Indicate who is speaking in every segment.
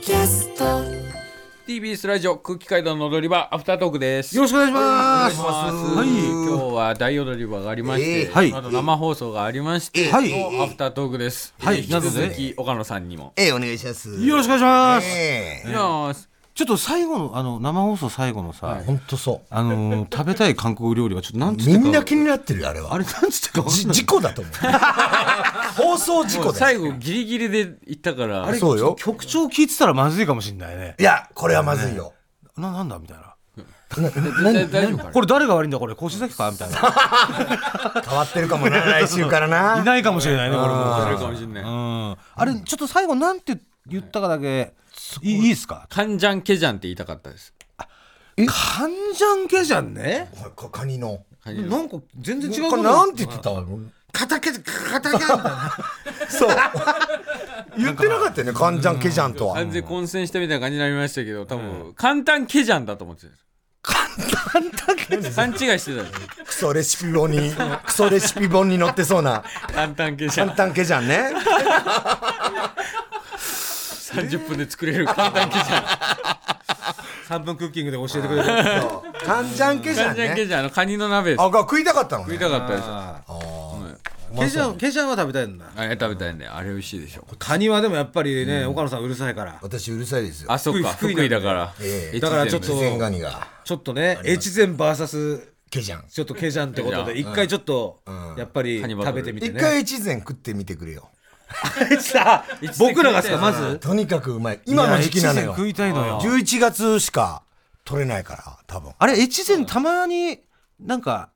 Speaker 1: キャスト
Speaker 2: TBS ラジオ空気階段の踊り場アフタートークです。
Speaker 3: よろしくお願いします。
Speaker 2: はい、今日は大踊り場がありまして、
Speaker 3: えーはい
Speaker 2: あと生放送がありまして、
Speaker 3: はい
Speaker 2: のアフタートークです。
Speaker 3: はい
Speaker 2: 引き
Speaker 3: な
Speaker 2: 続
Speaker 3: ので
Speaker 2: き岡野さんにも。
Speaker 1: えー、お願いします
Speaker 3: よろしくお願いします。
Speaker 1: え
Speaker 2: いやー
Speaker 3: ちょっと最後のあの生放送最後のさ、
Speaker 1: ー、ほんとそ
Speaker 3: あのー食べたい韓国料理はちょっとなん
Speaker 1: う
Speaker 3: つって
Speaker 1: み
Speaker 3: か
Speaker 1: んな気になってるよあれは
Speaker 3: あれなんつってかわかん
Speaker 1: じ
Speaker 3: ない
Speaker 1: 事故だと思う放送事
Speaker 2: も
Speaker 1: 故
Speaker 2: う
Speaker 1: だ
Speaker 2: 最
Speaker 1: よ
Speaker 2: 後ギリギリで行ったから、
Speaker 1: れそうよ
Speaker 3: 曲調聞いてたらまずいかもしれないね。
Speaker 1: いやこれはまずいよ
Speaker 3: ななんだみたいな。
Speaker 1: なな
Speaker 2: 大
Speaker 1: な
Speaker 2: 大丈夫かな
Speaker 3: これ誰が悪いんだこれ腰崎かみたいな。
Speaker 1: 変わってるかもな来週からない
Speaker 3: ないかもしれないねこれも。
Speaker 2: 面白いかもしれ
Speaker 3: う
Speaker 2: ない。
Speaker 3: ん。あれちょっと最後なんて言ったかだけいいいですか。
Speaker 2: カンジャンケジャンって言いたかったです。
Speaker 3: カンジャンケジャンね。
Speaker 1: おいかカニの
Speaker 3: なんか全然違う
Speaker 1: こ
Speaker 3: こ
Speaker 1: れ
Speaker 3: と。
Speaker 1: なんて言ってたわ
Speaker 3: カタケカタケ。
Speaker 1: そう 言ってなかったよねカンジャンケジャンとは
Speaker 2: 完全に混戦したみたいな感じになりましたけど、多分、簡単ケジャンだと思ってた。簡単ケジャン勘違い してたんです。
Speaker 1: クソレシピ本にクソレシピ本に載ってそうな
Speaker 2: 簡単ケジャン
Speaker 1: 簡。単ケジャンね
Speaker 2: 30分で作れる簡単ケジャン。
Speaker 3: 三分クッキングで教えてくれる。
Speaker 1: カンジャンケジ
Speaker 2: カ
Speaker 1: ャ
Speaker 2: ン
Speaker 1: ン
Speaker 2: ジャンケ
Speaker 1: ね
Speaker 2: ジャン、あのカニの鍋です。
Speaker 1: あが食いたかったの
Speaker 2: 食い
Speaker 1: ね
Speaker 2: たかったです。
Speaker 3: ケジャンケジャンは食べたいんだ。
Speaker 2: あれ食べたいんだよ。あれ美味しいでしょ。
Speaker 3: カニはでもやっぱりね、岡野さんうるさいから
Speaker 1: 私うるさいですよ
Speaker 2: あ、そっか。福
Speaker 3: 福井
Speaker 2: 井
Speaker 3: 福井
Speaker 2: だから。
Speaker 1: ええ
Speaker 2: 越前
Speaker 3: だからちょっと
Speaker 2: です
Speaker 1: 自然ガニが
Speaker 3: ちょっとね越前 VS
Speaker 1: ケジャン
Speaker 3: ちょっとケジャンってこと
Speaker 2: ケ
Speaker 3: で一回ちょっとやっぱり
Speaker 2: カニバト
Speaker 3: 食
Speaker 2: ル
Speaker 3: べてみて
Speaker 1: 一
Speaker 3: ね
Speaker 1: 回越前食ってみてくれよ
Speaker 3: さあ僕らがさまず
Speaker 1: とにかくうまい今の時期なのよ
Speaker 3: 越前食いたいのよ
Speaker 1: 11月しか取れないから多分
Speaker 3: あれ越前たまになんか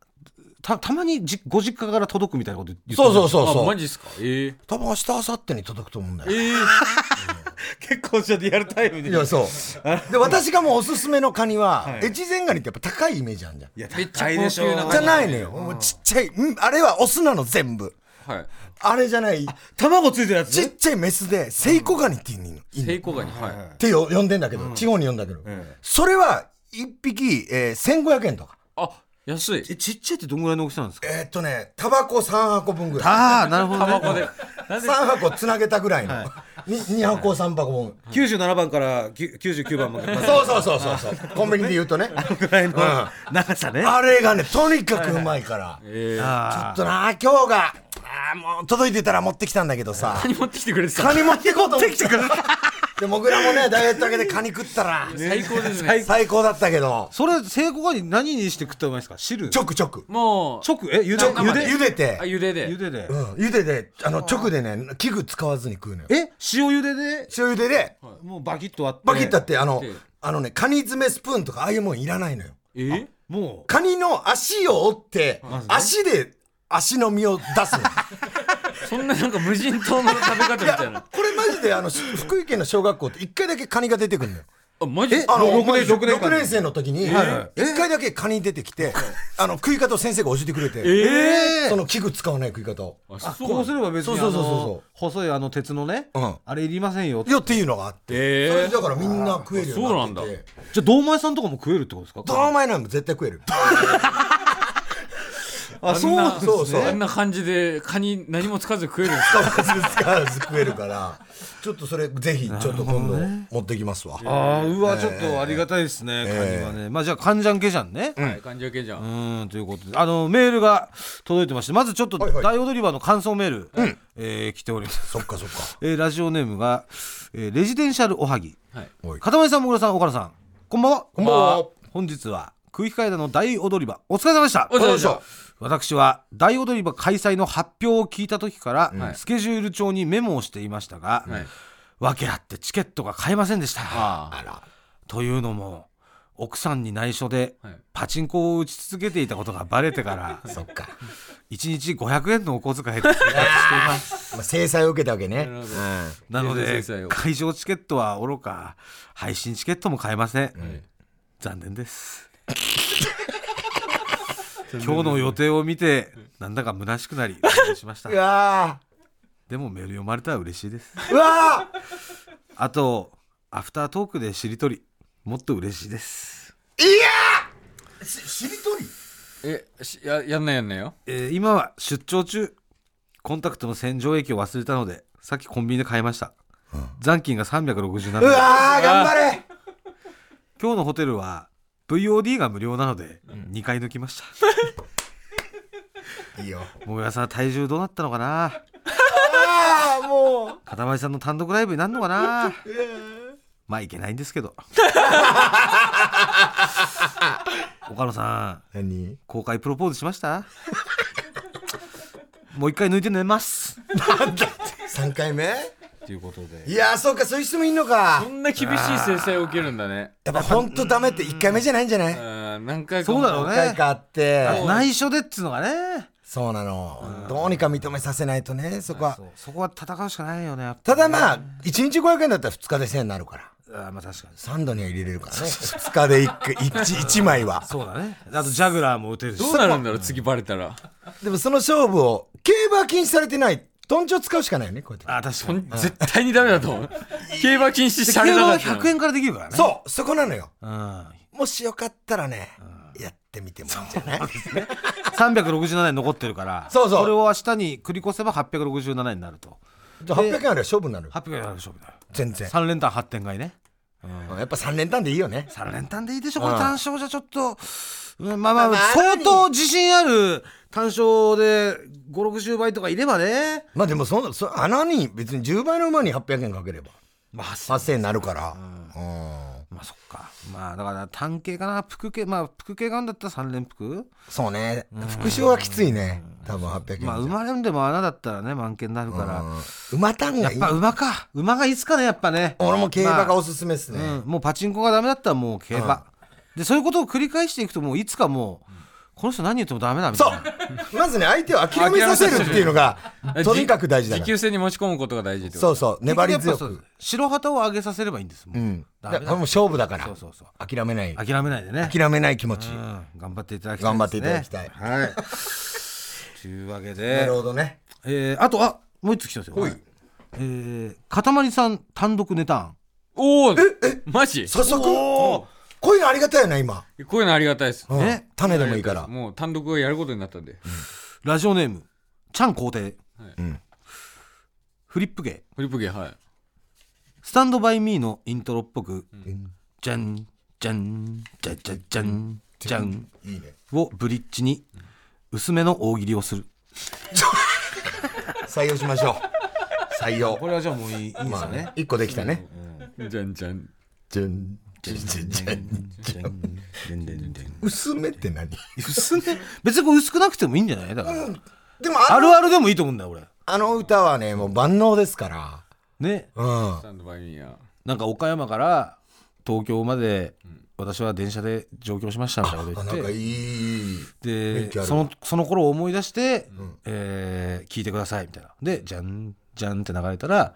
Speaker 3: たたまにじご実家から届くみたいなこと言って
Speaker 1: そうそう
Speaker 3: う
Speaker 1: そう
Speaker 2: あ、
Speaker 1: そ
Speaker 2: マ
Speaker 1: う
Speaker 2: ジっすかえ
Speaker 1: 多分明日明後日に届くと思うんだ
Speaker 2: え。
Speaker 1: よ
Speaker 2: ええ。
Speaker 3: 結構じゃリアルタイムで
Speaker 1: いやそうで私がもうおすすめのカニは越前ガニってやっぱ高いイメージあるじゃん
Speaker 3: いや
Speaker 2: めっちゃ
Speaker 3: 高いでしょ
Speaker 2: 高級な
Speaker 1: じゃ
Speaker 2: 感
Speaker 1: ないのよもうちっちゃいうんあれはオスなの全部
Speaker 2: はい。
Speaker 1: あれじゃない
Speaker 3: 卵ついてるやつ
Speaker 1: ちっちゃいメスでセイコガニっていうのいるの
Speaker 2: セイコガニ。はい。
Speaker 1: ってよ呼んでんだけど、地方に呼んだけど、それは1匹、えー、1500円とか
Speaker 2: あ、安い。
Speaker 3: えちっちゃいってどんぐらいの大きさなんですか
Speaker 1: えーっとねタバコ3箱分ぐらい
Speaker 3: ああ なるほど
Speaker 2: タバコ
Speaker 3: ね
Speaker 2: で。なんで
Speaker 1: 3箱つなげたぐらいの、に2箱3箱分、
Speaker 3: 97番からきゅ99番ま で
Speaker 1: そうそうそうそうそうコンビニで言うとね
Speaker 3: ぐらいの
Speaker 1: うん
Speaker 3: 長さね
Speaker 1: あれがねとにかくうまいからち
Speaker 2: ええ。
Speaker 1: ょっとな今日があーもう届いてたら持ってきたんだけどさ
Speaker 2: カニ持ってきてくれてた
Speaker 1: カ。ニ持ってこうと思ってでもぐらもねダイエット明けでカニ食ったら
Speaker 2: 最高です
Speaker 3: 最
Speaker 2: ね。
Speaker 1: 最高だったけど
Speaker 3: それ成功に何にして食ったらうまいですか汁
Speaker 1: ちょくちょく
Speaker 2: もう、
Speaker 3: 直えゆで
Speaker 2: 直
Speaker 3: ゆで
Speaker 1: 茹でて
Speaker 2: あ、茹で
Speaker 3: ゆ
Speaker 2: で。
Speaker 3: でで
Speaker 1: うん、茹でで、あの、直でね、器具使わずに食うのよ。
Speaker 3: え塩ゆでで
Speaker 1: 塩茹でで、
Speaker 3: もうバキッと割って
Speaker 1: バキッたって、あの
Speaker 2: で、
Speaker 1: あのね、カニ詰めスプーンとか、ああいうもんいらないのよ。
Speaker 2: え
Speaker 3: もう
Speaker 1: カニの足を折って、
Speaker 3: ずね
Speaker 1: 足で、足の身を出 すの
Speaker 2: そんななんか無人島の食べ方みたいな。
Speaker 1: これマジで、あの、し福井県の小学校って一回だけカニが出てくるのよ。
Speaker 2: あ、マジっす
Speaker 1: あ
Speaker 2: か
Speaker 1: の、
Speaker 3: ろくねろくね
Speaker 1: 6年生の時に、一回だけカニ出てき て、あの、食い方を先生が教えてくれて、
Speaker 3: ええ
Speaker 1: その器具使わない食い方を。
Speaker 2: あ、
Speaker 3: あ
Speaker 2: そう
Speaker 3: こ
Speaker 2: な
Speaker 3: うんす
Speaker 2: だ。
Speaker 3: れば別にあ
Speaker 1: そうそうそうそ
Speaker 3: の細いあの鉄のね
Speaker 1: うん
Speaker 3: あれいりませんよじ
Speaker 1: よっていうのがあって、
Speaker 2: ええ
Speaker 1: それでだからみんな食えるようになってて。
Speaker 3: ゃあ堂前さんとかも食えるってことですか
Speaker 1: どう前なんも絶対食える。
Speaker 3: あそうなんですね
Speaker 1: そうそう
Speaker 2: あんな感じでカニ何もつかず食えるんですか
Speaker 1: 使わず食えるから ちょっとそれぜひちょっと今度持ってきますわ、
Speaker 3: あーうわちょっとありがたいですねカニはねまあじゃあカンジャンケジャンね
Speaker 2: はい、感じわけじゃん。
Speaker 3: うーんということであのメールが届いてましてまずちょっと
Speaker 1: はいはい
Speaker 3: 大踊り場の感想メールえー来ております
Speaker 1: そっかそっか
Speaker 3: えーラジオネームがえーレジデンシャルおはぎ
Speaker 2: はい。
Speaker 1: おい
Speaker 3: 片前さんもぐらさん岡野さんこんばんは
Speaker 1: こんばんは
Speaker 3: 本日は空気階段の大踊り場お疲れ様でした
Speaker 2: お疲れ様でした
Speaker 3: 私は大踊り場開催の発表を聞いた時から、
Speaker 2: はい
Speaker 3: スケジュール帳にメモをしていましたが、
Speaker 2: はい
Speaker 3: 訳あってチケットが買えませんでした
Speaker 2: あ
Speaker 1: あら
Speaker 3: というのも奥さんに内緒で
Speaker 2: はい
Speaker 3: パチンコを打ち続けていたことがバレ てから
Speaker 1: そっか、
Speaker 3: 1日500円のお小遣いで生活しています
Speaker 1: まあ、制裁を受けたわけね
Speaker 2: るほど
Speaker 1: う
Speaker 3: なの
Speaker 2: 全
Speaker 3: で
Speaker 2: 然制裁を
Speaker 3: 会場チケットはおろか配信チケットも買えません、残念です 今日の予定を見てなんだか虚しくなりメールしました
Speaker 1: んうわ
Speaker 3: でもメール読まれたら嬉しいです
Speaker 1: ーうわ
Speaker 3: あとアフタートークでしりとりもっと嬉しいです、
Speaker 1: ーいやーししりとり
Speaker 2: え、しややんないやんないよ。
Speaker 3: えー今は出張中コンタクトの洗浄液を忘れたのでさっきコンビニで買いました、残金が367
Speaker 1: うわー
Speaker 3: 円
Speaker 1: 頑張れ
Speaker 3: 今日のホテルは VOD が無料なので2回抜きました、
Speaker 1: いいよ
Speaker 3: もやさん体重どうなったのかな
Speaker 1: ああも
Speaker 3: 片前さんの単独ライブになるのかなまあいけないんですけど岡野さん
Speaker 1: う何
Speaker 3: 公開プロポーズしましたもう一回抜いて寝ます
Speaker 1: 3回目
Speaker 2: ということで
Speaker 1: いやーそうかそういう人もいんのか
Speaker 2: そんな厳しい制裁を受けるんだね
Speaker 1: やっぱほんとダメって1回目じゃないんじゃない
Speaker 2: うん
Speaker 1: 1
Speaker 2: 何回か
Speaker 3: そうだろうね
Speaker 1: 回かあって
Speaker 2: うん
Speaker 3: 内緒でっつうのがね
Speaker 1: そうなのどうにか認めさせないとねそこは
Speaker 3: そうそこは戦うしかないよねやっぱ
Speaker 1: ただまあ1日500円だったら2日で1000円になるから
Speaker 3: あまあ確かに
Speaker 1: サンドには入れれるからね2日で 1, 枚は
Speaker 3: そうだねあとジャグラーも打てるし
Speaker 2: どうなるんだろう次バレたら
Speaker 1: でもその勝負を競馬は禁止されてないトンチョ使うしかないよねこうやっ
Speaker 3: あ確か
Speaker 2: とん
Speaker 3: に
Speaker 2: 絶対にダメだと思う競馬禁止
Speaker 3: で
Speaker 2: さ
Speaker 3: 競
Speaker 2: れな
Speaker 3: 馬
Speaker 2: か
Speaker 3: は
Speaker 2: ったの
Speaker 3: 100円からできるから
Speaker 1: て
Speaker 3: ね
Speaker 1: そうそこなのよ
Speaker 3: う、ん、
Speaker 1: もしよかったらねやってみてもいいんじゃない
Speaker 3: 367円残ってるから
Speaker 1: そうそう
Speaker 3: これを明日に繰り越せば867円になると
Speaker 1: じゃあ800円あれば勝負になる
Speaker 3: 800円あるでしょみたい
Speaker 1: 全然
Speaker 3: な3連単8点買いね
Speaker 1: やっぱ3連単でいいよね
Speaker 3: 3連単でいいでしょ
Speaker 1: うん
Speaker 3: これ単勝じゃちょっと、うんまあまあ
Speaker 1: まあまあ
Speaker 3: 相当自信ある単勝で560倍とかいればね
Speaker 1: まあでもそのそ穴に別に10倍の馬に800円かければ
Speaker 3: まあ8000
Speaker 1: 8000円になるからうん
Speaker 3: まあそっかまあだから単系かな福系まあ福系があるんだったら3連服
Speaker 1: そうね副賞はきついね多分800円
Speaker 3: まあ
Speaker 1: じゃ
Speaker 3: 馬連でも穴だったらね満券になるから
Speaker 1: うん馬単
Speaker 3: や
Speaker 1: が
Speaker 3: っ
Speaker 1: いい
Speaker 3: ぱ馬か馬がいいっすかねやっぱね
Speaker 1: 俺も競馬
Speaker 3: ま
Speaker 1: が
Speaker 3: あ
Speaker 1: おすすめですね、
Speaker 3: うん、もうパチンコがダメだったらもう競馬、でそういうことを繰り返していくともういつかもうこの人何言ってもダメだみた
Speaker 1: そ
Speaker 3: いな
Speaker 1: うまずね相手を諦めさせるっていうのがとにかく大事だ
Speaker 2: 持
Speaker 1: か
Speaker 2: 久
Speaker 1: ら
Speaker 2: 戦に持ち込むことが大事ってこと
Speaker 1: そうそう粘り
Speaker 3: 結局や
Speaker 1: 強
Speaker 3: っぱそう
Speaker 1: く
Speaker 3: です白旗を上げさせればいいんですも、
Speaker 1: うんん
Speaker 3: ダ
Speaker 1: だか
Speaker 3: メ
Speaker 1: ら
Speaker 3: だ
Speaker 1: もう勝負だから
Speaker 3: そうそうそう
Speaker 1: 諦めない
Speaker 3: 諦めないでね、
Speaker 1: 諦めない気持ち
Speaker 3: うん、頑張っていただきたいですね
Speaker 1: 頑張っていただきたい、
Speaker 3: はい というわけ
Speaker 1: な
Speaker 3: で
Speaker 1: る、ほどね
Speaker 3: えーあとあもう一つ来てますよ
Speaker 1: ほい
Speaker 3: えー、かたまりさん単独ネタ案
Speaker 2: おおマジ
Speaker 1: 早速
Speaker 2: お
Speaker 1: こういうのありがたいよね今、
Speaker 2: ーこういうのありがたいです
Speaker 1: うん
Speaker 3: ね
Speaker 1: 種でもいいから
Speaker 2: もう単独をやることになったんで
Speaker 3: ラジオネームちゃん皇帝、
Speaker 1: うん
Speaker 3: フリップ芸
Speaker 2: フリップゲーはい
Speaker 3: スタンドバイミーのイントロっぽく
Speaker 1: うん
Speaker 3: じゃんじゃんじゃじゃじゃんじゃん
Speaker 1: いいね
Speaker 3: をブリッジに薄めの大喜利をする
Speaker 1: 採用しましょう採用
Speaker 3: れはじゃあもういいいいです
Speaker 1: まあね一個できたね
Speaker 2: じゃんじゃん
Speaker 1: じゃんじゃんじゃんじゃん薄めって何
Speaker 3: 薄め別にこれ薄くなくてもいいんじゃないだから
Speaker 1: でも
Speaker 3: あ
Speaker 1: あ
Speaker 3: る
Speaker 1: の
Speaker 3: あるでもいいと思うんだよ俺
Speaker 1: あの歌はねもう万能ですから
Speaker 3: ね
Speaker 1: うん
Speaker 2: スタンドバイミーや
Speaker 3: なんか岡山から東京まで私は電車で上京しましたみたいなこと
Speaker 1: あ
Speaker 3: 言
Speaker 1: なんか
Speaker 3: っ
Speaker 1: いい
Speaker 3: て
Speaker 1: 勉強あ
Speaker 3: で
Speaker 1: る
Speaker 3: そのその頃を思い出して、えー聞いてくださいみたいなでじゃんじゃんって流れたら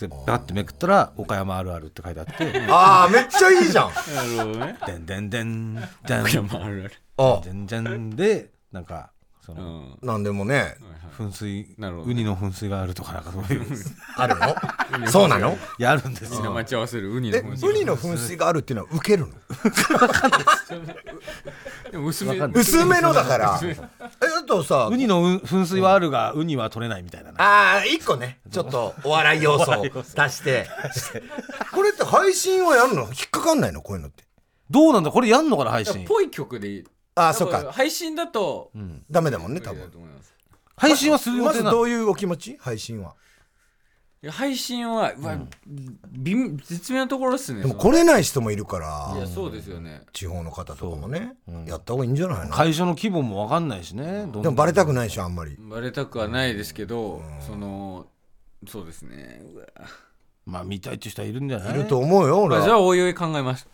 Speaker 3: でバッてめくったら「岡山あるある」って書いてあって
Speaker 1: ああめっちゃいいじゃんあ
Speaker 2: なるほどね
Speaker 3: 「でんでんでんでんでん
Speaker 2: いやまああるある
Speaker 1: あ
Speaker 3: でんでん」でなんかそうの
Speaker 2: ん
Speaker 1: なんでもね
Speaker 3: 噴水
Speaker 2: なるほど
Speaker 3: ウニの噴水があるとかなんかそういう
Speaker 1: あるのそうなの
Speaker 3: やるんですよ
Speaker 2: 待ち合わせるウニの
Speaker 1: え
Speaker 2: 噴水
Speaker 1: ウニの噴水があるっていうのはウケるの
Speaker 2: でも薄め
Speaker 3: わかんない
Speaker 1: 薄めのだからえあとさ
Speaker 3: ウニのう噴水はあるがウニは取れないみたいなね
Speaker 1: ああ一個ねちょっとお笑い要素を出してこれって配信はやるの引っかかんないのこういうのって
Speaker 3: どうなんだこれやんのかな配信
Speaker 2: ぽい曲でいい
Speaker 1: あ
Speaker 2: あ
Speaker 1: あそっか
Speaker 2: 配信だと
Speaker 1: ダメだもんね多
Speaker 2: 無理だ
Speaker 1: 分
Speaker 2: と思います
Speaker 3: 配信はする予
Speaker 1: ま
Speaker 3: 定
Speaker 1: ず
Speaker 3: なの
Speaker 1: どういうお気持ち配信はい
Speaker 2: や配信はうわ微妙絶妙なところっすね
Speaker 1: でも来れない人もいるから
Speaker 2: いやそうですよね
Speaker 1: 地方の方とかもねやった方がいいんじゃないの
Speaker 3: 会社の規模も分かんないしねどん
Speaker 1: で
Speaker 3: な
Speaker 1: もバレたくないでしょあんまり
Speaker 2: バレたくはないですけどそのそうですねうわ
Speaker 3: まあ見たいっていう人はいるんじゃない
Speaker 1: いると思うよ俺
Speaker 2: まあじゃ
Speaker 1: は
Speaker 2: あおいおい考えます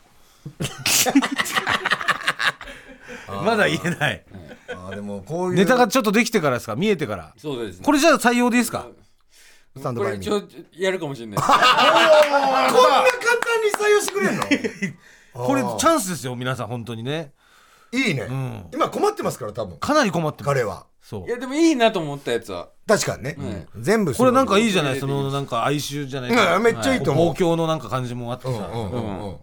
Speaker 3: まだ言えない
Speaker 1: あーでもこういう
Speaker 3: ネタがちょっとできてからですか見えてから
Speaker 2: そうです
Speaker 3: これじゃあ採用でいいですか
Speaker 1: スタンド
Speaker 2: こ
Speaker 1: バ
Speaker 2: れ
Speaker 1: イミ
Speaker 2: 一
Speaker 1: ー
Speaker 2: 応やるかもしれない
Speaker 1: こんな簡単に採用してくれんの
Speaker 3: これチャンスですよ皆さん本当にね
Speaker 1: いいね、今困ってますから多分
Speaker 3: かなり困ってます
Speaker 1: 彼は
Speaker 3: そう
Speaker 2: いやでもいいなと思ったやつは
Speaker 1: 確かにね、全部
Speaker 3: これなんかいい
Speaker 1: じ
Speaker 3: じゃないそのなんか哀愁じゃない
Speaker 1: うんめっちゃいいと思う
Speaker 3: 望郷のなんか感じもあって
Speaker 1: ゃん
Speaker 3: さ
Speaker 1: うんうんうん、
Speaker 3: うん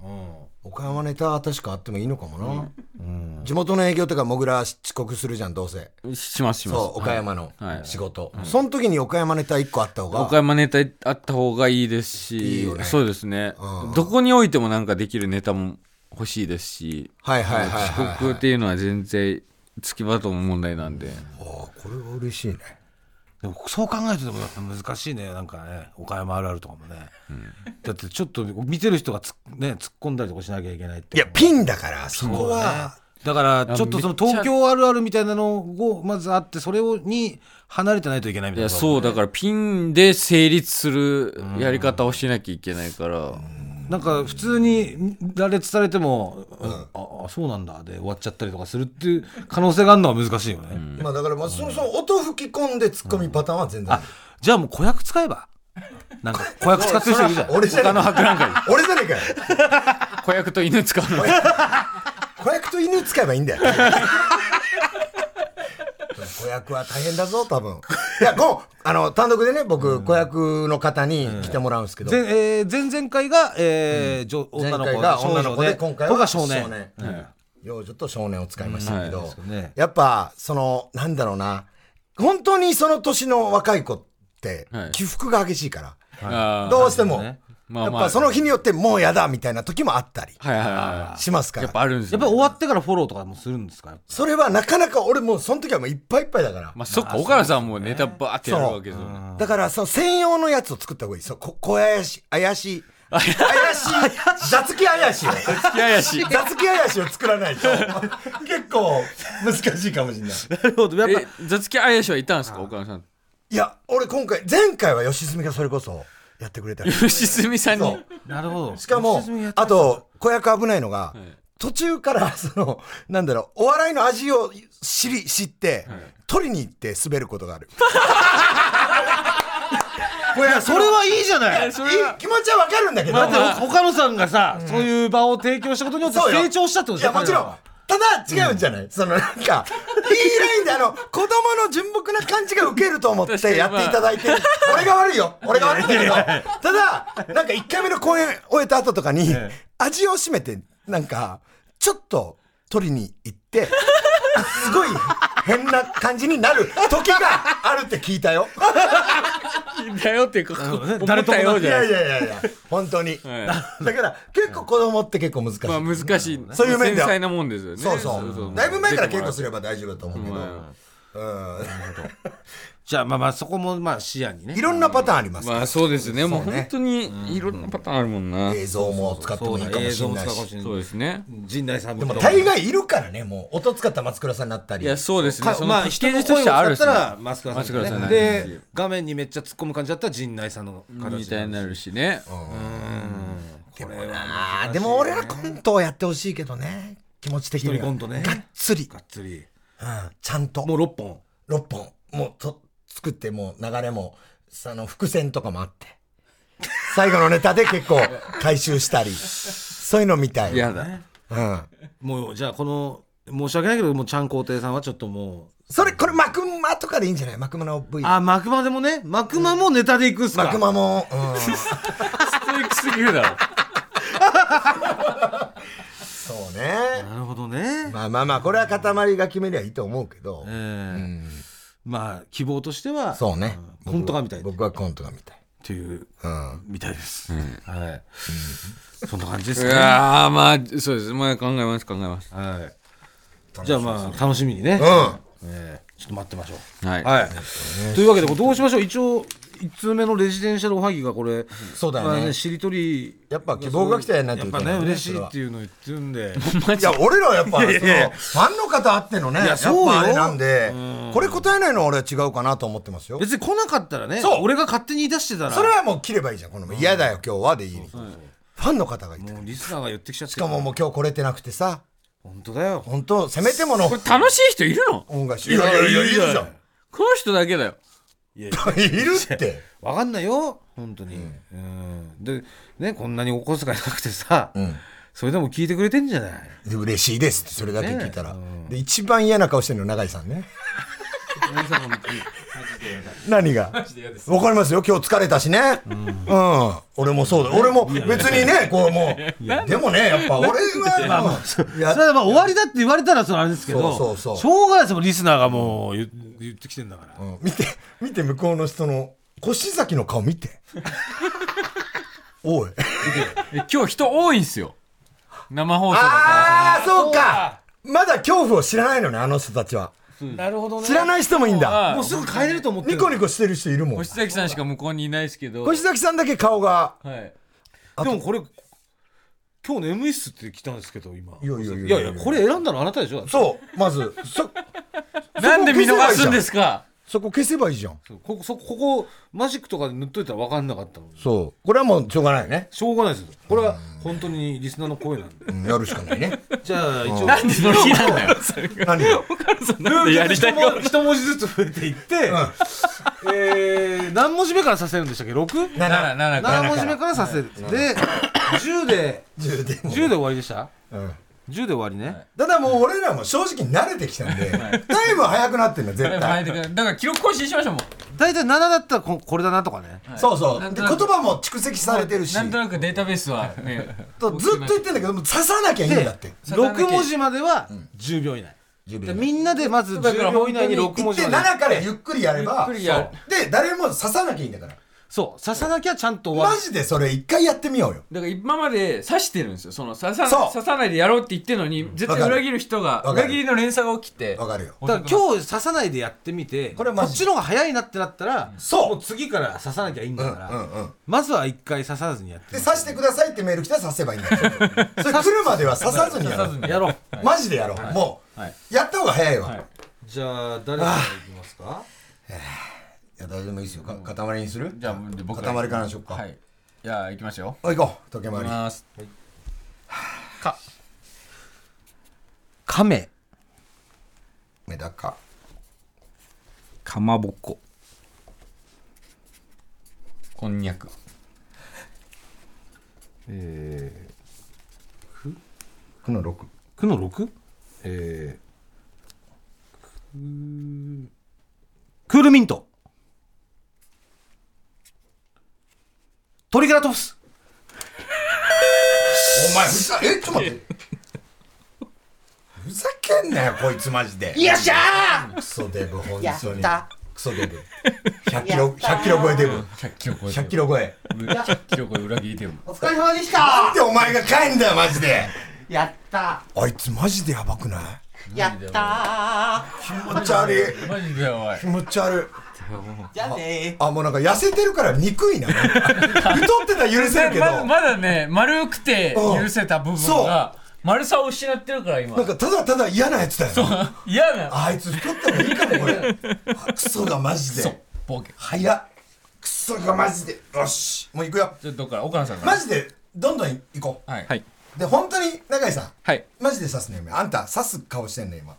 Speaker 1: 岡山ネタ確かあってもいいのかもな、地元の営業とかもぐら遅刻するじゃんどうせ
Speaker 2: しますします
Speaker 1: そう岡山の
Speaker 2: はいはい
Speaker 1: 仕事、その時に岡山ネタ1個あった方が
Speaker 2: 岡山ネタあった方がいいですし
Speaker 1: いいよね
Speaker 2: そうですね、
Speaker 1: うん
Speaker 2: どこにおいてもなんかできるネタも欲しいですし、
Speaker 1: はいはいはいはいはい
Speaker 2: 遅刻っていうのは全然つきまとう問題なんで、
Speaker 1: ああこれは嬉しいね
Speaker 3: でもそう考えるとでもやっぱ難しいねなんかね岡山あるあるとかもね、だってちょっと見てる人がつ、ね、突っ込んだりとかしなきゃいけないって
Speaker 1: いやピンだからそこは
Speaker 3: だからちょっとその東京あるあるみたいなのをまずあってそれをに離れてないといけないみ
Speaker 2: い
Speaker 3: たいな
Speaker 2: やそうだからピンで成立するやり方をしなきゃいけないから、
Speaker 3: なんか普通に羅列されても、ああそうなんだで終わっちゃったりとかするっていう可能性があるのは難しいよね、
Speaker 1: まあだからまあそのその音吹き込んで突っ込みパターンは全然あ
Speaker 3: あ
Speaker 1: る
Speaker 3: じゃあもう子役使えばなんか子役使ってる人いるじゃん
Speaker 1: 俺じゃねえか俺じゃねえかよ
Speaker 2: 子役と犬使うの
Speaker 1: 子役と犬使えばいいんだよ子役は大変だぞ多分いやこうあの単独でね僕子役の方に来てもらうんですけど、
Speaker 3: 前えー前々回が、えー女女
Speaker 1: 前
Speaker 3: の子
Speaker 1: 回が
Speaker 3: 少女
Speaker 1: 女の子で今回
Speaker 3: 僕
Speaker 1: は
Speaker 3: が少年
Speaker 1: うん幼女と少年を使いましたけど、
Speaker 3: うんはいですよね
Speaker 1: やっぱそのなんだろうな本当にその年の若い子って
Speaker 2: はい
Speaker 1: 起伏が激しいから、
Speaker 2: あー
Speaker 1: どうしても、
Speaker 3: そうですね
Speaker 2: ま
Speaker 1: やっぱその日によってもうやだみたいな時もあったり
Speaker 2: はいはいは
Speaker 1: しますか
Speaker 2: い
Speaker 1: ら
Speaker 2: やっぱあるんですよ
Speaker 3: やっぱ終わってからフォローとかもするんですか
Speaker 1: それはなかなか俺もうその時はもういっぱいいっぱいだから、
Speaker 2: まあそっか岡田さんもネタバーってやるわけですよね
Speaker 1: だからその専用のやつを作った方がいいそうこ小怪し怪しい怪しい雑き怪 しいを
Speaker 2: いやいやし
Speaker 1: 雑き怪しいを作らないと結構難しいかもしれない
Speaker 3: なるほどやっ
Speaker 2: え雑木林はいたんですか岡田さん
Speaker 1: いや俺今回前回は吉住がそれこそやってくれたり
Speaker 2: 吉住さん
Speaker 1: そ
Speaker 2: に
Speaker 1: う
Speaker 3: ぱなるほど
Speaker 1: しかもあと子役危ないのが、途中からそのなんだろうお笑いの味を知り知って、取りに行って滑ることがあ る
Speaker 3: いやそれはいいじゃない
Speaker 2: そ
Speaker 1: いい
Speaker 2: れは
Speaker 1: 気持ちはわかるんだけど
Speaker 3: だって他のさんがさ、そういう場を提供したことによって
Speaker 1: そうよ
Speaker 3: 成長したってこと
Speaker 1: い
Speaker 3: じゃ
Speaker 1: やもちろんただ違うんじゃない、そのなんかいいラインであの子供の純朴な感じが受けると思って
Speaker 2: 確かにま
Speaker 1: や
Speaker 2: あ
Speaker 1: っていただいてる、俺が悪いよ俺が悪いんだけどただなんか1回目の公演終えた後とかに、
Speaker 3: ええ
Speaker 1: 味を占めてなんかちょっと取りに行ってすごい変な感じになる時があるって聞いたよ
Speaker 2: だよっていうか
Speaker 3: ほどね
Speaker 2: 思っ
Speaker 3: 誰とも
Speaker 2: たよ
Speaker 1: い
Speaker 2: じゃ
Speaker 1: や
Speaker 2: ない
Speaker 1: いやいやいや本当に、
Speaker 2: はい
Speaker 1: だから結構子供って結構難しい、
Speaker 2: まあ難しい
Speaker 1: そういう
Speaker 2: 繊
Speaker 1: 面では
Speaker 2: 細なもんですよね
Speaker 1: そうそうだいぶ前から稽古す
Speaker 2: る
Speaker 1: れば大丈夫だと思うけど、うん
Speaker 3: じゃあまあまあそこもまあ視野にね
Speaker 1: いろんなパターンありますから、
Speaker 2: まあそうですねもう
Speaker 1: そうね
Speaker 2: 本当にいろんなパターンあるもんな
Speaker 1: 映像も使ってもいいかもしれないし。
Speaker 2: そうですね
Speaker 3: 陣内さんみ
Speaker 1: でも
Speaker 3: たいな
Speaker 1: 大概いるからね、もう音使った松倉さんになったり。
Speaker 2: いやそうですね
Speaker 3: か
Speaker 2: その
Speaker 3: まあ人の声を使ったらマスク
Speaker 2: マ
Speaker 3: ラ
Speaker 2: ス
Speaker 3: さ
Speaker 2: ク
Speaker 3: ん,、
Speaker 2: ラさん
Speaker 3: ね、
Speaker 2: ね
Speaker 3: で画面にめっちゃ突っ込む感じだったら陣内さんの形
Speaker 2: みたいになるしね
Speaker 1: でもなあでも俺はコントをやってほしいけどね。気持ち的には。
Speaker 3: 一人コントね
Speaker 1: がっつり。
Speaker 3: がっつり
Speaker 1: うんちゃんと。
Speaker 3: もう6本
Speaker 1: 6本。もうと、作って、もう流れも、その伏線とかもあって。最後のネタで結構回 収したり。そういうのみたい。
Speaker 2: やだ
Speaker 1: うん。
Speaker 3: もうじゃあこの申し訳ないけどもうちゃんこうていさんはちょっとも
Speaker 1: それ、これ、マクマとかでいいんじゃないマクマの V
Speaker 3: う。あマクマでもねマクマもネタでいくっすか、
Speaker 1: マクマも、うん。
Speaker 2: ストイックすぎるだろ
Speaker 1: そうね。
Speaker 3: なるほどね、
Speaker 1: まあまあまあ、これは塊が決めりゃいいと思うけど。
Speaker 3: えーまあ希望としては
Speaker 1: そうね。
Speaker 3: うんコントが見たいっ
Speaker 1: 僕はコントが見たい。
Speaker 3: ていう
Speaker 1: うん。
Speaker 3: みたいです、はい、そんな感じで
Speaker 2: い
Speaker 3: すね
Speaker 2: やーまあそうですまあ考えます考えます
Speaker 3: はいじゃあまあ楽しみにね、えーちょっと待ってましょう
Speaker 2: はい
Speaker 3: はい。というわけで、これどうしましょう。一応、一通目のレジデンシャルおはぎがこれ、
Speaker 1: そうだよね
Speaker 3: まあしりとり、
Speaker 1: やっぱ希望が来たやんないといけないね
Speaker 3: やっぱね、嬉し
Speaker 1: それ
Speaker 3: い
Speaker 1: は
Speaker 3: っていうのを言ってるんで。
Speaker 1: いや、俺らはやっぱ、その、ファンの方あってのね、やっ
Speaker 3: そうよ
Speaker 1: ぱあれなんで、これ答えないのは俺は違うかなと思ってますよ。
Speaker 3: 別に来なかったらね、
Speaker 1: そう
Speaker 3: 俺が勝手に言い出してたら、
Speaker 1: それはもう切ればいいじゃん、この、嫌だよ、今日はでいいに。ファンの方がいて。
Speaker 3: もうリスナーが言ってきちゃって
Speaker 1: しかももう今日来れてなくてさ、
Speaker 3: 本当だよ。
Speaker 1: 本当せめてもの
Speaker 2: これ楽しい人いるの
Speaker 1: 音楽し
Speaker 3: いやいやいやいや
Speaker 1: いる
Speaker 2: この人だけだよ
Speaker 1: じゃんいる って。
Speaker 3: わかんないよ、本当に。うんで、ね、こんなにお小遣いなくてさ、
Speaker 1: ん
Speaker 3: それでも聞いてくれてんじゃない
Speaker 1: で嬉しいですってそれだけ聞いたら、で一番嫌な顔してるの永井さんね何が
Speaker 2: ジで嫌です
Speaker 1: わかりますよ今日疲れたしねうん、俺もそうだ俺も別にねこうもうでもねやっぱ俺はまあまあいや
Speaker 3: それはまあ終わりだって言われたらそれあれですけど
Speaker 1: そうそうそう
Speaker 3: しょうがないですもんリスナーがもう言言ってきてんだから、
Speaker 1: うん見て見て向こうの人の腰崎の顔見ておい
Speaker 2: え今日人多いんすよ生放送だか
Speaker 1: ああそうかまだ恐怖を知らないのねあの人たちは
Speaker 3: なるほどね
Speaker 1: 知らない人もいいん
Speaker 2: ら
Speaker 1: だ
Speaker 2: はい
Speaker 3: もうすぐ帰れると思って
Speaker 1: ニ
Speaker 3: る
Speaker 1: コニコしてる人いるもん
Speaker 2: 星崎さんしか向こうにいないですけど
Speaker 1: 腰崎さんだけ顔が
Speaker 2: はい
Speaker 1: あ
Speaker 3: で
Speaker 1: と
Speaker 3: もこれ今日眠いっすって来たんですけど今
Speaker 1: いやいやいやい
Speaker 3: い
Speaker 1: や
Speaker 3: やいやこれ選んだのあなたでしょ
Speaker 1: そうまずそ
Speaker 2: なんで見逃すんですか
Speaker 1: そこ消せばいいじゃん
Speaker 3: そうここそここマジックとかで塗っといたら分かんなかったのに
Speaker 1: そうこれはもうしょうがないね、
Speaker 3: しょうがないですよこれは本当にリスナーの声なんで
Speaker 1: うん、やるしかないね
Speaker 3: じゃあ一応
Speaker 2: なんで乗り気なん だよ
Speaker 1: 何が
Speaker 2: なんでやりたい
Speaker 3: ルー
Speaker 2: こ
Speaker 3: ルで一文一文字ずつ増えていって、えー何文字目からさせるんでしたっけ 6?
Speaker 2: とならなら
Speaker 3: 7文字目からさせるで10で
Speaker 1: 10で
Speaker 3: 10で終わりでした
Speaker 1: うん
Speaker 3: 10で終わりね、
Speaker 1: ただもう俺らも正直慣れてきたんで、タイムは速くなってんだ、絶
Speaker 2: だ
Speaker 1: 対。
Speaker 2: から記録更新しましょうもう
Speaker 3: 大体7だったらここれだなとかね
Speaker 1: そうそう。
Speaker 2: な
Speaker 1: で
Speaker 2: ん、と
Speaker 1: 言
Speaker 2: なく
Speaker 1: 葉も蓄積されてるし、
Speaker 2: なんとなくデータベースはね
Speaker 1: とずっと言ってんだけど、もう刺さなきゃいいんだって。
Speaker 3: 6文字までは10秒以内、でみんなでまず
Speaker 2: だから
Speaker 3: 10秒以内に6文字
Speaker 1: 1.7
Speaker 3: まで
Speaker 1: からゆっくりやれば、
Speaker 2: ゆっくりやる
Speaker 1: そうで、誰も刺さなきゃいいんだから。
Speaker 3: そう刺さなきゃちゃんと終わ
Speaker 1: マ
Speaker 3: る
Speaker 1: ジでそれ一回やってみようよ。
Speaker 2: だから今まで刺してるんですよその刺さ
Speaker 1: そう
Speaker 2: 刺さないでやろうって言ってるのに絶対
Speaker 1: わかる
Speaker 2: 裏切る人が
Speaker 1: わかる
Speaker 2: 裏切りの連鎖が起きて
Speaker 1: わかるよ。
Speaker 3: だから今日刺さないでやってみて
Speaker 1: こ
Speaker 3: こ
Speaker 1: れマジ
Speaker 3: っちの方が早いなってなったら、
Speaker 1: そう
Speaker 3: もう次から刺さなきゃいいん
Speaker 1: うんう
Speaker 3: だから、
Speaker 1: んうん。
Speaker 3: まずは一回刺さずにやって
Speaker 1: で、
Speaker 3: み
Speaker 1: 刺してくださいってメール来たら刺せばいいんだけど。それ来るまでは刺さずにやろう。
Speaker 2: に
Speaker 3: やろう
Speaker 1: マジでやろう。も、
Speaker 2: はいう
Speaker 1: やった方が早いわ。
Speaker 2: はい
Speaker 1: い
Speaker 3: じゃあ誰からいきますか
Speaker 1: や、大丈夫いいですよ。か塊にする
Speaker 2: じゃあ僕
Speaker 1: 塊からにしよっか。
Speaker 2: はいじゃあ行きましょ
Speaker 1: あ行こう。時計
Speaker 2: う
Speaker 1: 回
Speaker 2: 行き
Speaker 1: り。
Speaker 2: ます
Speaker 3: カメ
Speaker 1: メダカ。
Speaker 2: かまぼっここんにゃく
Speaker 3: え
Speaker 1: この6。
Speaker 3: ー、くの 6?
Speaker 1: え
Speaker 3: クールミントトリケラトプス
Speaker 1: ー、お前ふざえちょっと待ってふざけんなよこいつマジで
Speaker 4: よっしゃ
Speaker 1: クソデブ本
Speaker 4: やっ
Speaker 1: 当に
Speaker 4: た
Speaker 1: クソデブ100キロ100キロ超えデブ
Speaker 2: 100キロ超え
Speaker 1: 100キロ超え
Speaker 2: 100キロ超え裏切りでも
Speaker 4: ーお疲れ様でし
Speaker 1: なん
Speaker 4: た
Speaker 1: でお前が帰んだよマジで
Speaker 4: やった
Speaker 1: あいつマジでやばくない
Speaker 4: やった
Speaker 1: 気持ち悪い
Speaker 2: マジでやばい
Speaker 1: 気持ち悪い
Speaker 4: じゃあね
Speaker 1: あもうなんか痩せてるから憎い な太ってたら許せるけど
Speaker 2: まだまだね丸くて許せた部
Speaker 1: そ
Speaker 2: 分
Speaker 1: う
Speaker 2: が丸さを失ってるから今
Speaker 1: なんかただただ嫌なやつだよな
Speaker 2: 嫌な
Speaker 1: あいつ太った方がいいかもこれあクソがマジで
Speaker 2: ボケ
Speaker 1: 早っクソがマジでよしもう行くよ
Speaker 2: ちょっとどっから岡野さんから
Speaker 1: マジでどんどん行こう、
Speaker 2: はい
Speaker 5: はい。
Speaker 1: で本当に永井さん
Speaker 5: はい。
Speaker 1: マジで刺すね今あんた刺す顔してんね今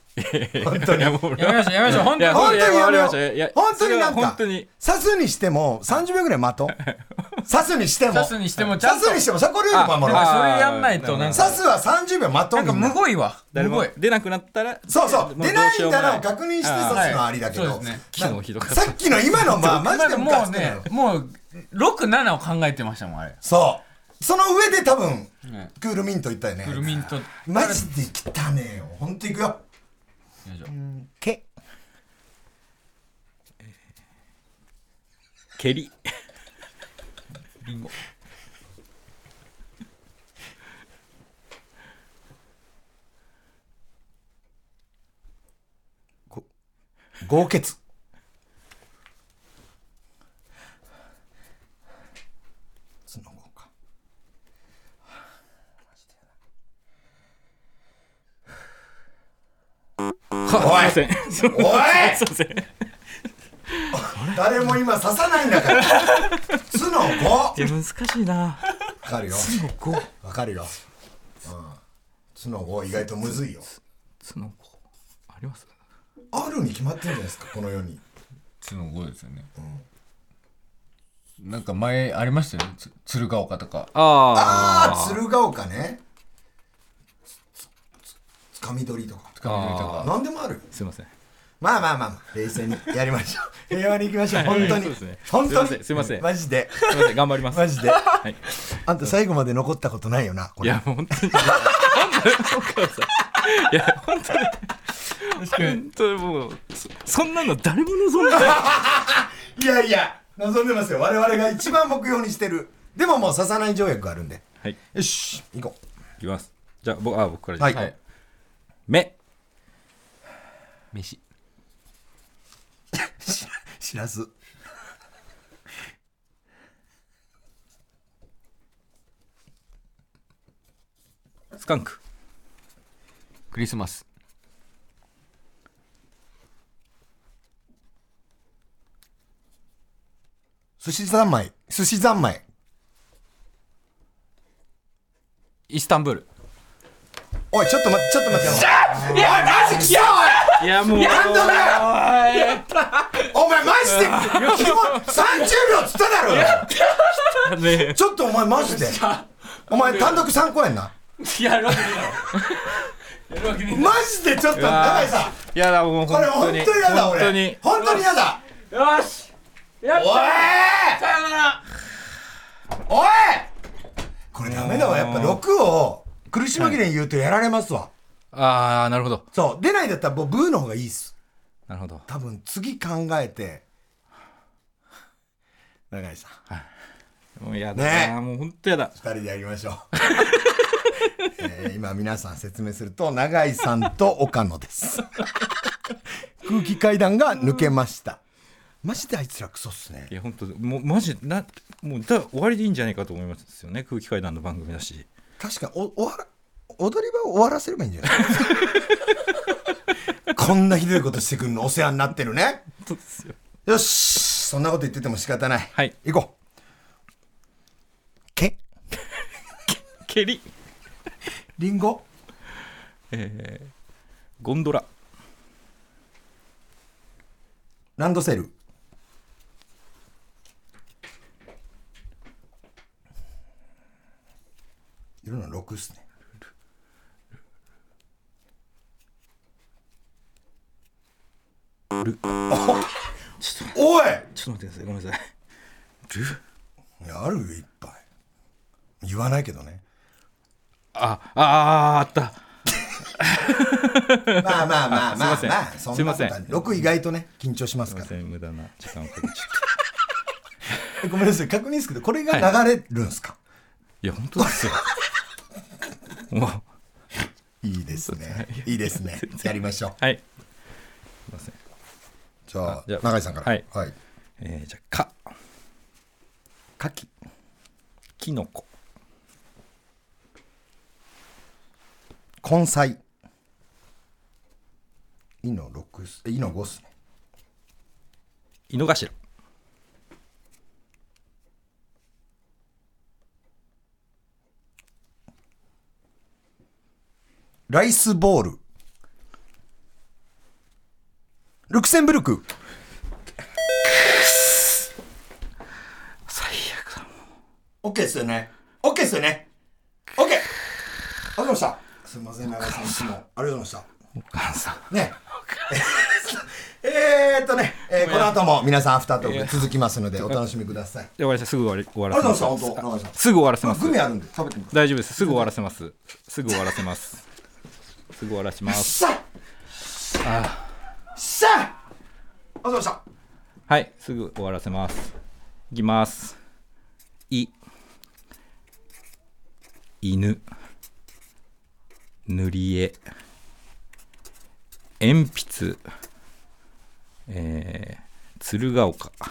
Speaker 1: 本当に本
Speaker 2: やめましょうやめましょう本
Speaker 5: い
Speaker 2: 当に
Speaker 5: や
Speaker 1: 当にや
Speaker 5: わか
Speaker 1: め
Speaker 5: り
Speaker 1: よ
Speaker 5: ましたいや
Speaker 1: う本当になん
Speaker 5: それは
Speaker 1: か
Speaker 5: 本当に
Speaker 1: 刺すにしても30秒ぐらい 待とう刺すにしても
Speaker 2: 刺すにしてもちゃんと
Speaker 1: 刺すにしてもそこルール守ろ
Speaker 5: あ
Speaker 1: う
Speaker 5: あ
Speaker 2: それやんないとなん
Speaker 1: 刺
Speaker 2: か
Speaker 1: すは30秒待とう
Speaker 2: なんか
Speaker 1: みんな
Speaker 2: むごいわ
Speaker 5: 誰
Speaker 2: む
Speaker 5: も
Speaker 2: ごい
Speaker 5: 出なくなったら、
Speaker 1: そうそう
Speaker 5: もう
Speaker 1: 出な
Speaker 5: どう
Speaker 1: いんだ
Speaker 5: しようも
Speaker 1: な
Speaker 5: な
Speaker 1: を
Speaker 5: い
Speaker 1: 確認して
Speaker 5: あ
Speaker 1: 刺す
Speaker 5: あ
Speaker 1: のはありだけど、
Speaker 2: はいそうですね
Speaker 5: 昨日ひどかった
Speaker 1: さっきの今のまあマジ
Speaker 2: ま
Speaker 1: で
Speaker 2: だ
Speaker 1: ム
Speaker 2: も
Speaker 1: カつ
Speaker 2: う
Speaker 1: くの
Speaker 2: ね
Speaker 1: よ
Speaker 2: もう67を考えてましたもんあれ
Speaker 1: そうその上で多分
Speaker 2: ね
Speaker 1: クールミント言ったよね
Speaker 2: フルミント
Speaker 1: マジで汚ねえよほんと行くよ
Speaker 5: け。蹴り。
Speaker 2: リンゴ
Speaker 1: 豪傑その後かおい
Speaker 5: すいません。
Speaker 1: おい
Speaker 5: すいません。
Speaker 1: 誰も今刺さないんだから角5わ
Speaker 5: いや、難しいな。
Speaker 1: かるよ角5わかるよ、うん、角5意外とむずいよ
Speaker 5: その子。あります
Speaker 1: あるに決まってるじゃないですかこの世に
Speaker 2: つの5ですよねなんか前ありましたよねつ鶴岡とか
Speaker 5: あ
Speaker 1: ああ鶴岡ねつつつつかみ取りとか
Speaker 2: つかみ取りとか
Speaker 1: 何でもある
Speaker 5: あ。すいません。
Speaker 1: まあまあまあまあ、冷静にやりましょ う。平和に行きましょう。本当
Speaker 2: そう
Speaker 1: に
Speaker 2: ですね。
Speaker 1: 本当に。
Speaker 2: すいませんすいません
Speaker 1: マジ で。
Speaker 2: すいません頑張ります
Speaker 1: マジで。
Speaker 2: い
Speaker 1: あんた最後まで残ったことないよな、こ
Speaker 2: い
Speaker 1: れ
Speaker 2: や。本当にいや本当に本当にもうそそんなの誰も望んでない
Speaker 1: いやいや、望んでますよ。我々が一番目標にしてる。でももう刺さない条約があるんで。
Speaker 2: はい
Speaker 1: よし、行こ
Speaker 2: いきますじゃあ僕あ僕から
Speaker 1: う。
Speaker 2: じゃあ
Speaker 1: は
Speaker 5: は
Speaker 1: い。
Speaker 5: い
Speaker 2: 目飯
Speaker 1: しらす。
Speaker 2: スカンククリスマス
Speaker 1: 寿司三昧。寿司三昧。
Speaker 2: イスタンブール
Speaker 1: おい、ちょっと待って、ちょっと待って。
Speaker 2: いやもう
Speaker 1: お前マジで基本30秒っつっただろうよ
Speaker 2: ね
Speaker 1: ちょっとお前マジでお前単独3公演な
Speaker 2: やるわけ
Speaker 1: マジでちょっと長井さん
Speaker 2: いやだもう
Speaker 1: これ本当に嫌だ
Speaker 2: 本当に
Speaker 1: 俺本当に嫌だ
Speaker 2: よしやっ
Speaker 1: おい
Speaker 2: たよなら
Speaker 1: おいこれダメだわやっぱ6を苦し紛れに言うとやられますわ
Speaker 2: ああなるほど
Speaker 1: そう出ないだったらもうブーの方がいいっす
Speaker 2: なるほど
Speaker 1: 多分次考えて長井さん
Speaker 2: もうやだなもう本当やだ
Speaker 1: 二人でやりましょう、 えー今皆さん説明すると永井さんと岡野です 空気階段が抜けましたマジであいつらクソっすね
Speaker 2: いや本当もうマジなもうだ終わりでいいんじゃないかと思いますよね空気階段の番組だし
Speaker 1: 確かにお終わら踊り場を終わらせればいいんじゃないですか こんなひどいことしてくるのお世話になってるね
Speaker 2: そうですよ
Speaker 1: よしそんなこと言ってても仕方ない、
Speaker 2: はい
Speaker 1: 行こうけ
Speaker 2: 蹴り
Speaker 1: リンゴ
Speaker 2: ゴンドラ
Speaker 1: ランドセルいるの6っすねおおい
Speaker 2: ちょっと待ってくださいごめんなさい
Speaker 1: いやあるよいっぱい言わないけどね
Speaker 2: ああーあった
Speaker 1: まあまあまあまあ
Speaker 2: あすいません
Speaker 1: まあそ
Speaker 2: すい
Speaker 1: んな
Speaker 2: ま
Speaker 1: こ
Speaker 2: せ
Speaker 1: と
Speaker 2: ん
Speaker 1: は6意外とね緊張します
Speaker 2: すい
Speaker 1: か
Speaker 2: ません無駄な時間をかけちゃった
Speaker 1: らごめんなさい確認ですけどこれが流れるんすか、
Speaker 2: いや本当ですよもう
Speaker 1: い、いですねいいですねやりましょう
Speaker 2: はいすいません
Speaker 1: じゃあ
Speaker 2: じゃあ
Speaker 1: 永井さんから
Speaker 2: はい
Speaker 1: はい、
Speaker 2: えー、じゃあか
Speaker 1: カキ
Speaker 2: きのこ
Speaker 1: 根菜いの六っすえいの五っすね
Speaker 2: 井の頭
Speaker 1: ライスボールルクセンブルク
Speaker 2: 最悪だも
Speaker 1: オッケーっすよねオッケーっすよねオッケーありがとうございましたすいません長井さんいつもありがとうございましたねえーえーっとね、えーこの後も皆さんアフタートーク続きますのでお楽しみください
Speaker 2: んやばいですすぐ終わり終わらせます
Speaker 1: ありがとうございました本当
Speaker 2: すぐ終わらせます
Speaker 1: グミあるんで食べてみて
Speaker 2: 大丈夫ですすぐ終わらせますすぐ終わらせますすぐ終わら せます
Speaker 1: さあさあありがとうございました
Speaker 2: はい、すぐ終わらせます。いきます。い、犬、塗り絵、鉛筆、えー、鶴岡、えー、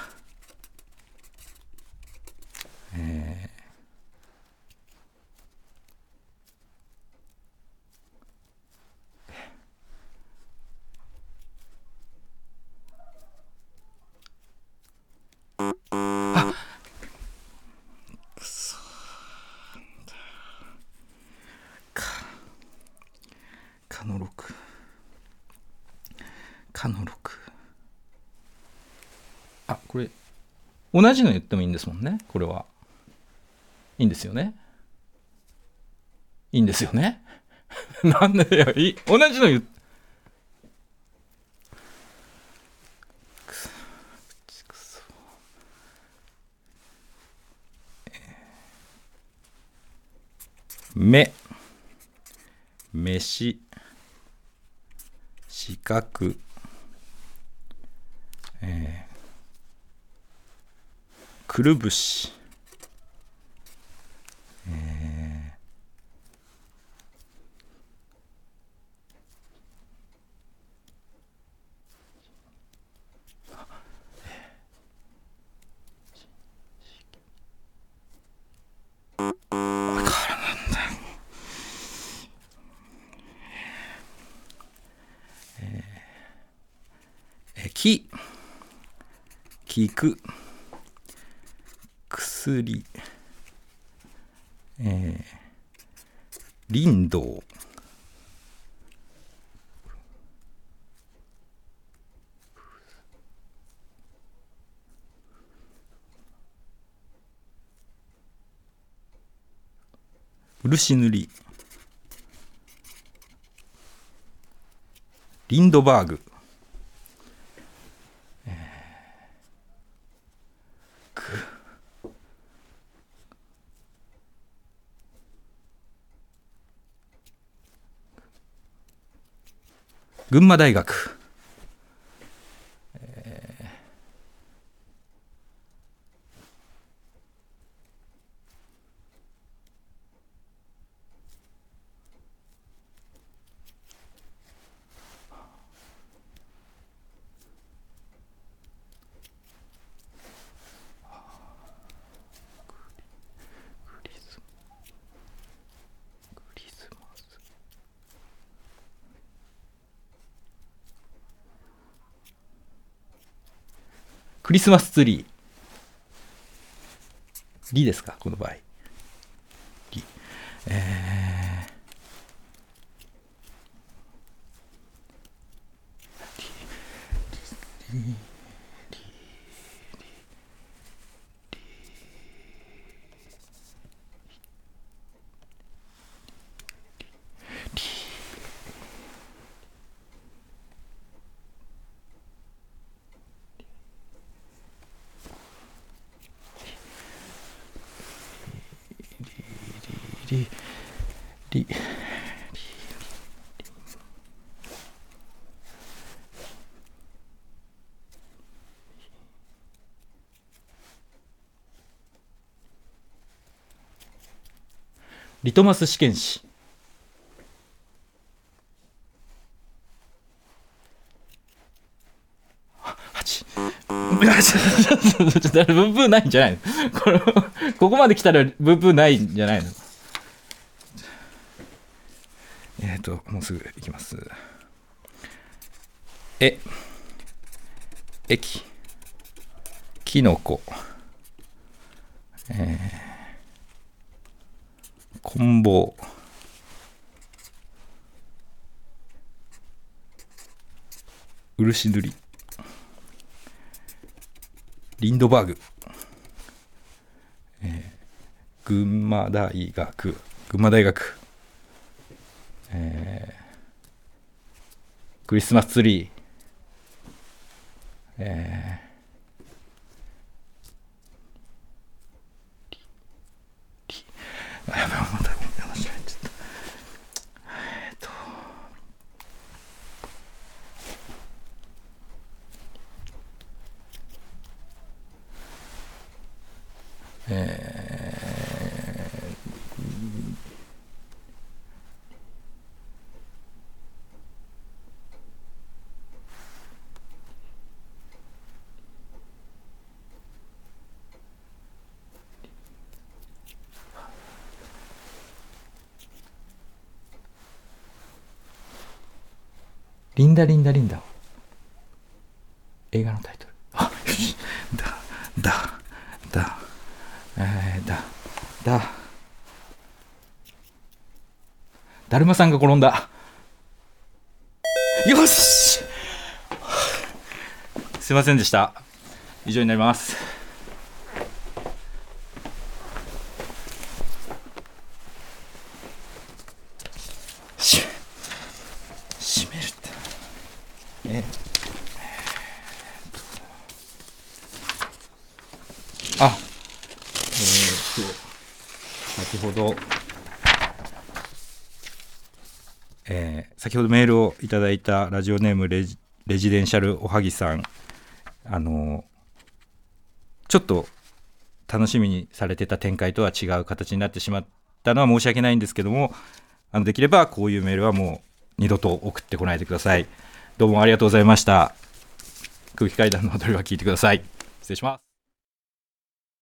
Speaker 2: かのろく、かのろく。あ、これ、同じの言ってもいいんですもんね、これは。いいんですよね。いいんですよね。 なんだよ、いい同じの言っ
Speaker 6: 目飯四角えーくるぶしえーえーき菊薬えー、林道漆塗りリンドバーグ群馬大学、えークリスマスツリーリですかこの場合リえーリリリリトマス試験紙 八ちょっとブーブーないんじゃないのこれここまで来たらブーブーないんじゃないのえっ、と、もうすぐ行きます。え、駅、きのこ、えー、こんぼう、漆塗り、リンドバーグ、えー、群馬大学、群馬大学、えークリスマスツリー、えーリリあやばいまた面白いちょっとえーっとリンダリンダリンダ映画のタイトルあよしだだだえー、だだだるまさんが転んだよしすいませんでした以上になりますし閉めるってえー、あえーっと先ほどえー先ほどメールをいただいたラジオネームレジレジデンシャルおはぎさんあのーちょっと楽しみにされてた展開とは違う形になってしまったのは申し訳ないんですけどもあのできればこういうメールはもう二度と送ってこないでくださいどうもありがとうございました空気階段の踊りは聞いてください失礼します